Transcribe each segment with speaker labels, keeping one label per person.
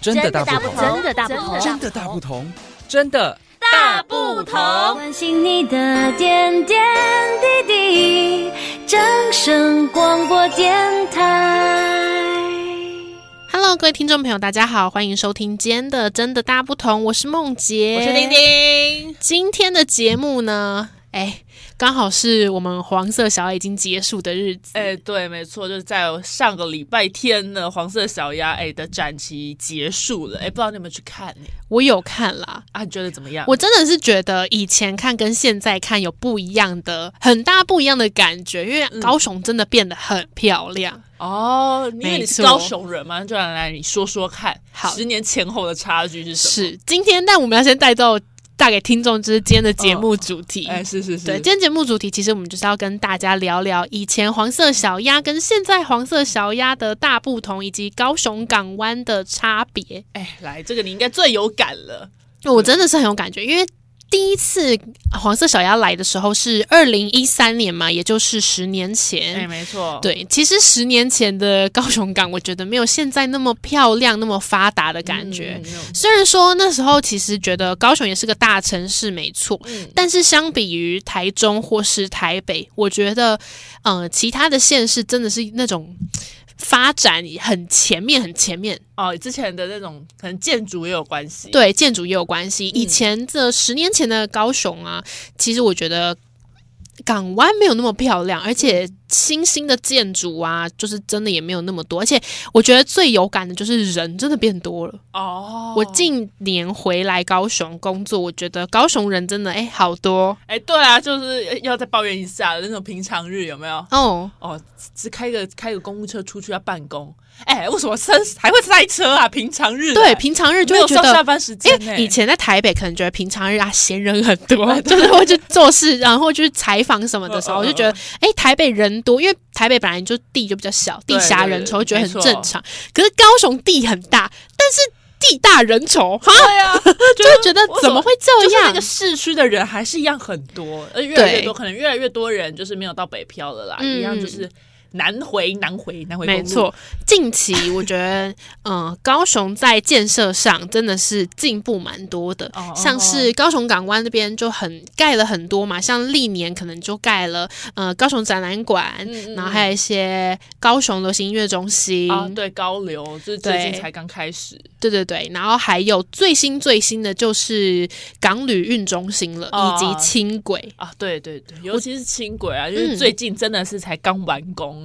Speaker 1: 真的大
Speaker 2: 大
Speaker 1: 不
Speaker 2: 不
Speaker 1: 同，
Speaker 2: 同，的大
Speaker 1: 真
Speaker 2: 真
Speaker 1: 的
Speaker 2: 的
Speaker 1: 大
Speaker 2: 大
Speaker 1: 不
Speaker 2: 不
Speaker 1: 同，真的
Speaker 2: 大不同。
Speaker 3: 关心你的点点滴滴，掌声广播电台。
Speaker 4: Hello，各位听众朋友，大家好，欢迎收听今天的《真的大不同》，我是梦洁，
Speaker 2: 我是丁。丁，
Speaker 4: 今天的节目呢，哎，刚好是我们黄色小爱已经结束的日子，
Speaker 2: 哎，对，没错，就是在上个礼拜天呢，黄色小鸭哎的展期结束了，哎，不知道你有没有去看呢？
Speaker 4: 我有看啦。
Speaker 2: 啊，你觉得怎么样？
Speaker 4: 我真的是觉得以前看跟现在看有不一样的很大不一样的感觉，因
Speaker 2: 嗯
Speaker 4: 为高雄真的变得很漂亮。
Speaker 2: 哦，因为你是
Speaker 4: 没错
Speaker 2: 高雄人嘛，就来来你说说看，
Speaker 4: 好
Speaker 2: 十年前后的差距是什么？
Speaker 4: 是今天，但我们要先带到带给听众，就是今天的节目主题。
Speaker 2: 哎，是是是，
Speaker 4: 对，今天节目主题其实我们就是要跟大家聊聊以前黄色小鸭跟现在黄色小鸭的大不同，以及高雄港湾的差别。
Speaker 2: 哎，来这个你应该最有感了，
Speaker 4: 哦我真的是很有感觉，因为第一次黄色小鸭来的时候是二零一三年嘛，也就是十年
Speaker 2: 哎，
Speaker 4: 前。
Speaker 2: 没错，，
Speaker 4: 嗯对，其实十年前的高雄港，我觉得没有现在那么漂亮、那么发达的感觉。
Speaker 2: 嗯没有
Speaker 4: 虽然说那时候其实觉得高雄也是个大城市，没错，
Speaker 2: 嗯
Speaker 4: 但是相比于台中或是台北，我觉得，呃，其他的县市真的是那种发展很前面、很前面，
Speaker 2: 哦，之前的那种可能建筑也有关系，，
Speaker 4: 对建筑也有关系。以前这十年前的高雄啊，其实我觉得。港湾没有那么漂亮，而且新兴的建筑啊，就是真的也没有那么多。而且我觉得最有感的就是人真的变多了。
Speaker 2: 哦，
Speaker 4: 我近年回来高雄工作，我觉得高雄人真的哎、好多
Speaker 2: 哎，对啊，就是要再抱怨一下那种平常日有没有？
Speaker 4: 哦。
Speaker 2: 哦，只开个开个公务车出去要办公，哎，为什么塞还会塞车啊？平常日
Speaker 4: 对，
Speaker 2: 哎
Speaker 4: 平常日就会
Speaker 2: 没有
Speaker 4: 觉
Speaker 2: 上下
Speaker 4: 得。
Speaker 2: 班时
Speaker 4: 因
Speaker 2: 间呢、
Speaker 4: 为以前在台北，可能觉得平常日啊闲人很 多，就是会去做事，然后去采访什么的时候，我
Speaker 2: 嗯嗯
Speaker 4: 就觉得，哎、台北人多，因为台北本来就地就比较小，
Speaker 2: 对
Speaker 4: 地狭
Speaker 2: 对
Speaker 4: 人
Speaker 2: 对
Speaker 4: 稠，觉得
Speaker 2: 没
Speaker 4: 很
Speaker 2: 错
Speaker 4: 正常。可是高雄地很大，但是地大人稠， 哈，
Speaker 2: 对啊，
Speaker 4: 就会觉得
Speaker 2: 为什
Speaker 4: 怎
Speaker 2: 么
Speaker 4: 么会这
Speaker 2: 就是那
Speaker 4: 样？
Speaker 2: 个市区的人还是一样很多，而越来越
Speaker 4: 对
Speaker 2: 多，可能越来越多人就是没有到北漂了啦，
Speaker 4: 嗯
Speaker 2: 一样就是南回南回南回公路
Speaker 4: 没错，，近期我觉得，嗯、高雄在建设上真的是进步蛮多的，
Speaker 2: 哦
Speaker 4: 像是高雄港湾那边就很盖了很多嘛，像历年可能就盖了呃高雄展览馆，
Speaker 2: 嗯嗯
Speaker 4: 然后还有一些高雄流行音乐中心，
Speaker 2: 啊，对高流就是最近
Speaker 4: 对
Speaker 2: 才刚开始，
Speaker 4: 对对对，然后还有最新最新的就是港旅运中心了，
Speaker 2: 哦
Speaker 4: 以及轻轨
Speaker 2: 啊，对对对，尤其是轻轨
Speaker 4: 嗯
Speaker 2: 啊，因为最近真的是才刚完工啦。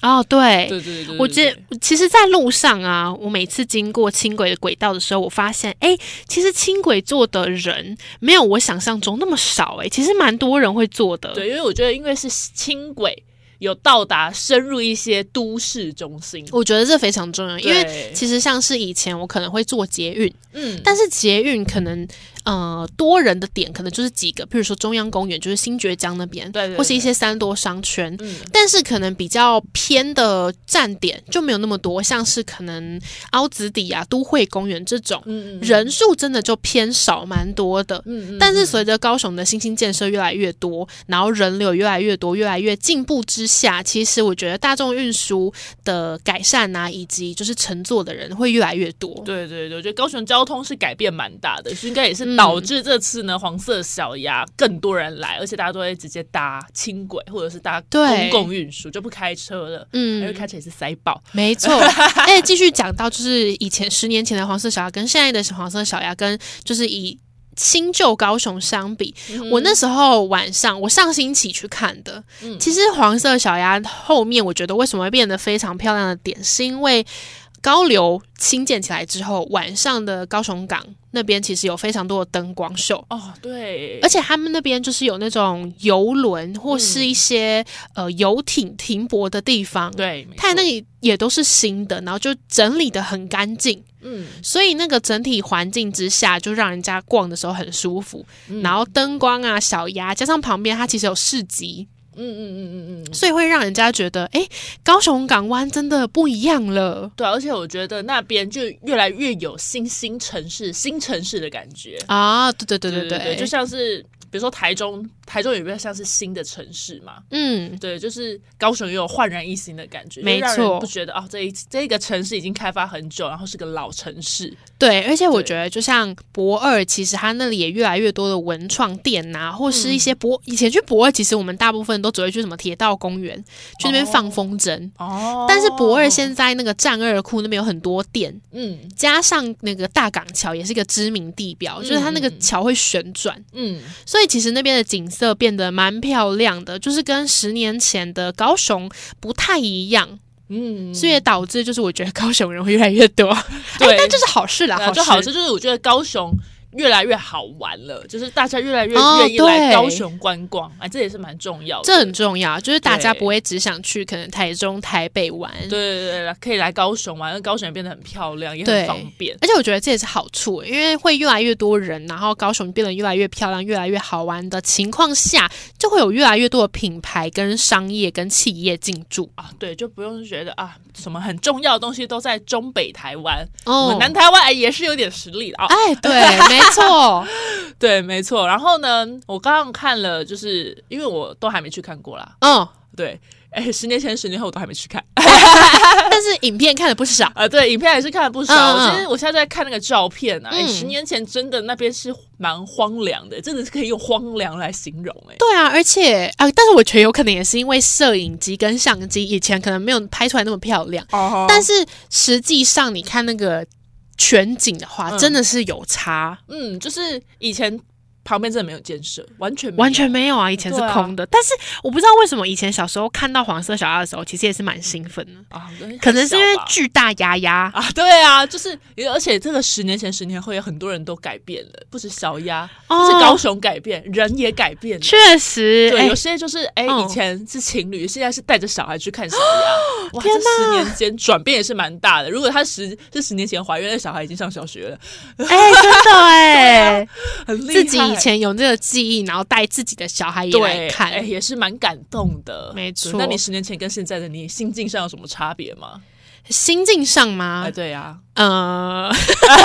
Speaker 4: 哦，对
Speaker 2: 对对对对，
Speaker 4: 我觉
Speaker 2: 这
Speaker 4: 得，其实，在路上啊，我每次经过轻轨的轨道的时候，我发现，哎，其实轻轨坐的人没有我想象中那么少、诶哎，其实蛮多人会坐的。
Speaker 2: 对，因为我觉得因为是轻轨有到达深入一些都市中心，
Speaker 4: 我觉得这非常重要，因为
Speaker 2: 对
Speaker 4: 其实像是以前我可能会坐捷运，
Speaker 2: 嗯，
Speaker 4: 但是捷运可能呃多人的点可能就是几个，譬如说中央公园，就是新爵江那边，
Speaker 2: 对对对
Speaker 4: 或是一些三多商圈。
Speaker 2: 嗯
Speaker 4: 但是可能比较偏的站点就没有那么多，像是可能凹子底啊、都会公园这种，
Speaker 2: 嗯嗯
Speaker 4: 人数真的就偏少蛮多的。
Speaker 2: 嗯嗯，
Speaker 4: 但是随着高雄的新兴建设越来越多，然后人流越来越多、越来越进步之下，其实我觉得大众运输的改善啊，以及就是乘坐的人会越来越多。
Speaker 2: 对对对，我觉得高雄交通是改变蛮大的，应该也是
Speaker 4: 嗯
Speaker 2: 导致这次呢、黄色小鸭更多人来，而且大家都会直接搭轻轨或者是搭公
Speaker 4: 对
Speaker 2: 共运输，就不开车了。因为
Speaker 4: 嗯，
Speaker 2: 开车也是塞爆，
Speaker 4: 没 错。而且继续讲到，就是以前十年前的黄色小鸭跟现在的黄色小鸭，跟就是以新旧高雄相比，我那时候晚上，我上星期去看的。
Speaker 2: 嗯
Speaker 4: 其实黄色小鸭后面，我觉得为什么会变得非常漂亮的点，是因为高流新建起来之后，晚上的高雄港那边其实有非常多的灯光秀。
Speaker 2: 哦对，
Speaker 4: 而且他们那边就是有那种游轮或
Speaker 2: 嗯
Speaker 4: 是一些、呃游艇停泊的地方，，
Speaker 2: 对，没
Speaker 4: 它
Speaker 2: 错
Speaker 4: 那里也都是新的，然后就整理的很干净，
Speaker 2: 嗯，
Speaker 4: 所以那个整体环境之下，就让人家逛的时候很舒服。
Speaker 2: 嗯
Speaker 4: 然后灯光啊、小鸭，加上旁边它其实有市集，
Speaker 2: 嗯嗯嗯嗯嗯嗯，
Speaker 4: 所以会让人家觉得，哎，高雄港湾真的不一样了
Speaker 2: 对啊，而且我觉得那边就越来越有新兴城市、新城市的感觉。
Speaker 4: 啊！对对对
Speaker 2: 对
Speaker 4: 对
Speaker 2: 对，就像是比如说台中，台中有没有像是新的城市嘛？
Speaker 4: 嗯，
Speaker 2: 对，就是高雄也有焕然一新的感觉，
Speaker 4: 没
Speaker 2: 就让人
Speaker 4: 错
Speaker 2: 不觉得哦，这一这个城市已经开发很久，然后是个老城市，
Speaker 4: 对，而且我
Speaker 2: 对
Speaker 4: 觉得，就像博二，其实它那里也越来越多的文创店呐、或是一
Speaker 2: 嗯
Speaker 4: 些博、以前去博二，其实我们大部分都只会去什么铁道公园，去那边放风筝。
Speaker 2: 哦
Speaker 4: 但是博二现在那个战二库那边有很多店，
Speaker 2: 嗯
Speaker 4: 加上那个大港桥也是一个知名地标，就是它那个
Speaker 2: 嗯嗯
Speaker 4: 桥会旋转，
Speaker 2: 嗯，
Speaker 4: 所以其实那边的景色变得蛮漂亮的，就是跟十年前的高雄不太一样，
Speaker 2: 嗯，
Speaker 4: 所以也导致就是我觉得高雄人会越来越 多，哎
Speaker 2: 对，
Speaker 4: 但这是好事啦，
Speaker 2: 对啊
Speaker 4: 好
Speaker 2: 就
Speaker 4: 事，
Speaker 2: 好吃，就是我觉得高雄越来越好玩了，就是大家越来越
Speaker 4: 哦
Speaker 2: 愿意来
Speaker 4: 对
Speaker 2: 高雄观光，哎，这也是蛮重要的。
Speaker 4: 这很重要，就是大家
Speaker 2: 对
Speaker 4: 不会只想去可能台中、台北玩。
Speaker 2: 对对对对，可以来高雄玩，因为高雄也变得很漂亮，也
Speaker 4: 对
Speaker 2: 很方便。
Speaker 4: 而且我觉得这也是好处，因为会越来越多人，然后高雄变得越来越漂亮、越来越好玩的情况下，就会有越来越多的品牌跟商业跟企业进驻。
Speaker 2: 啊，对，就不用觉得啊，什么很重要的东西都在中北台湾，我
Speaker 4: 哦
Speaker 2: 们南台湾哎也是有点实力的啊。
Speaker 4: 哎，对，没错，
Speaker 2: 对，没错。然后呢，我刚刚看了，就是因为我都还没去看过啦。
Speaker 4: 嗯，
Speaker 2: 对，哎，十年前、十年后我都还没去看。
Speaker 4: 但是影片看了不少，
Speaker 2: 啊，对，影片还是看了不少。
Speaker 4: 嗯嗯
Speaker 2: 我其实我现在在看那个照片啊，哎、
Speaker 4: 嗯
Speaker 2: 十年前真的那边是蛮荒凉的，真的是可以用荒凉来形容哎、
Speaker 4: 对啊，而且啊、但是我觉得有可能也是因为摄影机跟相机以前可能没有拍出来那么漂亮，
Speaker 2: 哦
Speaker 4: 但是实际上你看那个全景的话，
Speaker 2: 嗯
Speaker 4: 真的是有差。
Speaker 2: 嗯，就是以前旁边真的没有建设，完全没有
Speaker 4: 完全没有啊，以前是
Speaker 2: 对啊
Speaker 4: 空的。但是我不知道为什么以前小时候看到黄色小鸭的时候，其实也是蛮兴奋的，
Speaker 2: 啊，
Speaker 4: 可能是因为
Speaker 2: 很小吧
Speaker 4: 巨大鸭鸭。
Speaker 2: 啊， 对啊，就是而且这个十年前、十年后也很多人都改变了，不止小鸭，
Speaker 4: 哦
Speaker 2: 是高雄改变，人也改变了。
Speaker 4: 确实，
Speaker 2: 对，
Speaker 4: 哎
Speaker 2: 有些就是哎、
Speaker 4: 嗯
Speaker 2: 以前是情侣，现在是带着小孩去看小鸭。哇，这十年间转变也是蛮大的。如果她十是十年前怀孕，那小孩已经上小学了，
Speaker 4: 哎，真的哎，
Speaker 2: 很 厉害。
Speaker 4: 自己以前有这个记忆，然后带自己的小孩也来
Speaker 2: 对
Speaker 4: 看
Speaker 2: 哎，，也是蛮感动的。
Speaker 4: 没
Speaker 2: 对
Speaker 4: 错
Speaker 2: 那你十年前跟现在的你心境上有什么差别吗？
Speaker 4: 心境上
Speaker 2: 哎、
Speaker 4: 吗？
Speaker 2: 对啊，
Speaker 4: 呃，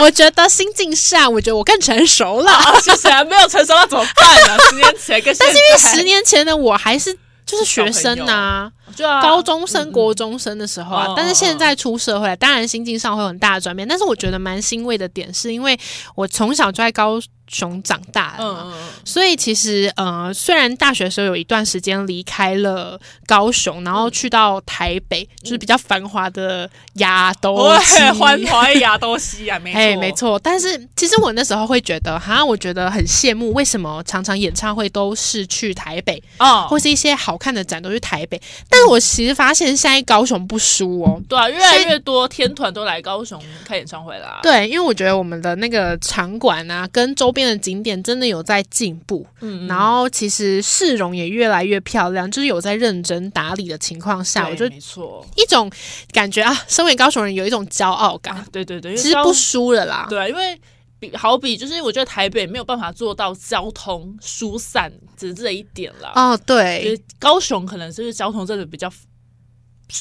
Speaker 4: 我觉得心境上，我觉得我更成熟了。
Speaker 2: 啊，谢谢啊，没有成熟那怎么办呢、十年前跟现
Speaker 4: 但
Speaker 2: 在，
Speaker 4: 是 因为十年前的我还是就是学生
Speaker 2: 是小朋友
Speaker 4: 呐、
Speaker 2: 对啊
Speaker 4: 高中生、国中生的时候啊
Speaker 2: 嗯嗯，
Speaker 4: 但是现在出社会了，啊当然心境上会有很大的转变。但是我觉得蛮欣慰的点，是因为我从小就在高雄长大了
Speaker 2: 嗯
Speaker 4: 嘛。
Speaker 2: 嗯嗯。
Speaker 4: 所以其实，呃，虽然大学的时候有一段时间离开了高
Speaker 2: 嗯
Speaker 4: 雄，然后去到台北，就是比较繁华的亚
Speaker 2: 我
Speaker 4: 东基
Speaker 2: 很嗯哦 欢怀亚东西啊，没错，
Speaker 4: 哎，没，错。但是其实我那时候会觉得，哈，我觉得很羡慕，为什么常常演唱会都是去台北，
Speaker 2: 哦，
Speaker 4: 或是一些好看的展都去台北。但是我其实发现现在高雄不输哦。
Speaker 2: 对啊，越来越多天团都来高雄开演唱会啦。
Speaker 4: 对，因为我觉得我们的那个场馆啊，跟周边的景点真的有在进步，
Speaker 2: 嗯，嗯
Speaker 4: 然后其实市容也越来越漂亮，就是有在认真打理的情况下，
Speaker 2: 对
Speaker 4: 啊我就
Speaker 2: 没错
Speaker 4: 一种感觉啊，身为高雄人有一种骄傲感，
Speaker 2: 啊，对对对，因为
Speaker 4: 其实
Speaker 2: 高
Speaker 4: 不输了啦。
Speaker 2: 对啊，因为比好比就是我觉得台北没有办法做到交通疏散，只是这一点啦。
Speaker 4: 哦，
Speaker 2: 啊就
Speaker 4: 对，
Speaker 2: 是高雄可能就是交通真的比较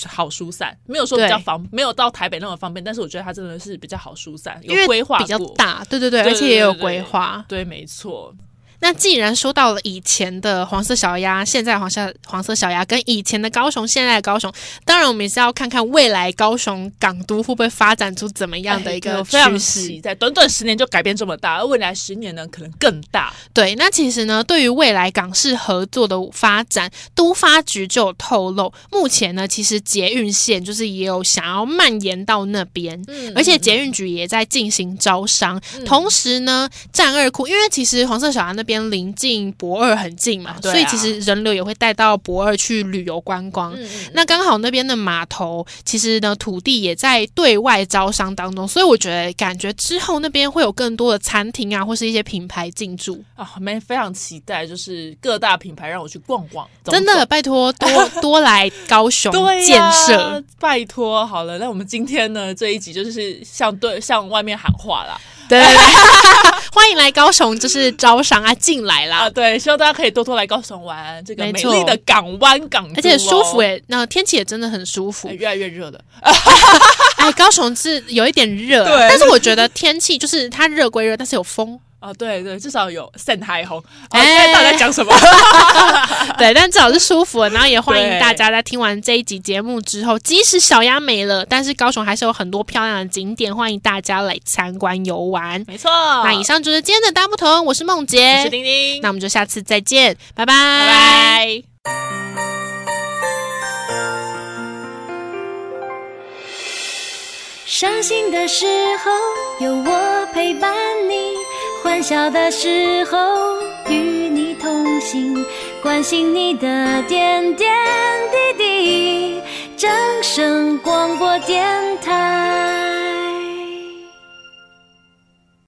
Speaker 2: 好疏散，没有说比较
Speaker 4: 对
Speaker 2: 方，没有到台北那么方便，但是我觉得它真的是比较好疏散，
Speaker 4: 因为
Speaker 2: 有规划
Speaker 4: 比较
Speaker 2: 过。
Speaker 4: 大，对对对，
Speaker 2: 对
Speaker 4: 而且也有
Speaker 2: 对对
Speaker 4: 规
Speaker 2: 对
Speaker 4: 划。
Speaker 2: 对，没错，
Speaker 4: 那既然说到了以前的黄色小鸭，现在的黄色黄色小鸭跟以前的高雄，现在的高雄，当然我们也是要看看未来高雄港都会不会发展出怎么样的一
Speaker 2: 哎
Speaker 4: 个
Speaker 2: 我非常
Speaker 4: 趋
Speaker 2: 期
Speaker 4: 势。
Speaker 2: 待，短短十年就改变这么大，而未来十年呢，可能更大。
Speaker 4: 对，那其实呢，对于未来港市合作的发展，都发局就有透露，目前呢，其实捷运线就是也有想要蔓延到那边。
Speaker 2: 嗯
Speaker 4: 而且捷运局也在进行招商，同时呢，战二库，因为其实黄色小鸭那边临近博二很近嘛，
Speaker 2: 啊对啊
Speaker 4: 所以其实人流也会带到博二去旅游观光。
Speaker 2: 嗯
Speaker 4: 那刚好那边的码头，其实呢土地也在对外招商当中，所以我觉得感觉之后那边会有更多的餐厅啊，或是一些品牌进驻。
Speaker 2: 啊，没非常期待，就是各大品牌让我去逛逛，走
Speaker 4: 真的，
Speaker 2: 走。
Speaker 4: 拜托多 多来高雄
Speaker 2: 对啊
Speaker 4: 建
Speaker 2: 呀
Speaker 4: 设。
Speaker 2: 拜托好了。那我们今天呢这一集就是向对向外面喊话啦
Speaker 4: 对 对对，欢迎来高雄，就是招商啊进来啦。
Speaker 2: 啊，对，希望大家可以多多来高雄玩这个
Speaker 4: 没
Speaker 2: 美
Speaker 4: 错
Speaker 2: 丽的港湾港都哦、
Speaker 4: 而且舒服诶、那天气也真的很舒服
Speaker 2: 哎。越来越热了，
Speaker 4: 哎，高雄是有一点热啊，
Speaker 2: 对
Speaker 4: 但是我觉得天气就是它热归热，但是有风，
Speaker 2: 啊，对对，至少有散台红。啊，
Speaker 4: 哎
Speaker 2: 现在大家 讲什么？
Speaker 4: 对，但至少是舒服的。然后也欢迎
Speaker 2: 对
Speaker 4: 大家在听完这一集节目之后，即使小鸭没了，但是高雄还是有很多漂亮的景点，欢迎大家来参观游玩。
Speaker 2: 没错。
Speaker 4: 那以上就是今天的大不同，我是梦
Speaker 2: 我
Speaker 4: 洁
Speaker 2: 是，丁丁，
Speaker 4: 那我们就下次再见，拜拜，
Speaker 2: 拜
Speaker 4: 拜
Speaker 2: 拜。
Speaker 3: 伤心的时候有我陪伴你，欢笑的时候与你同行，关心你的点点滴滴。掌声广播电台。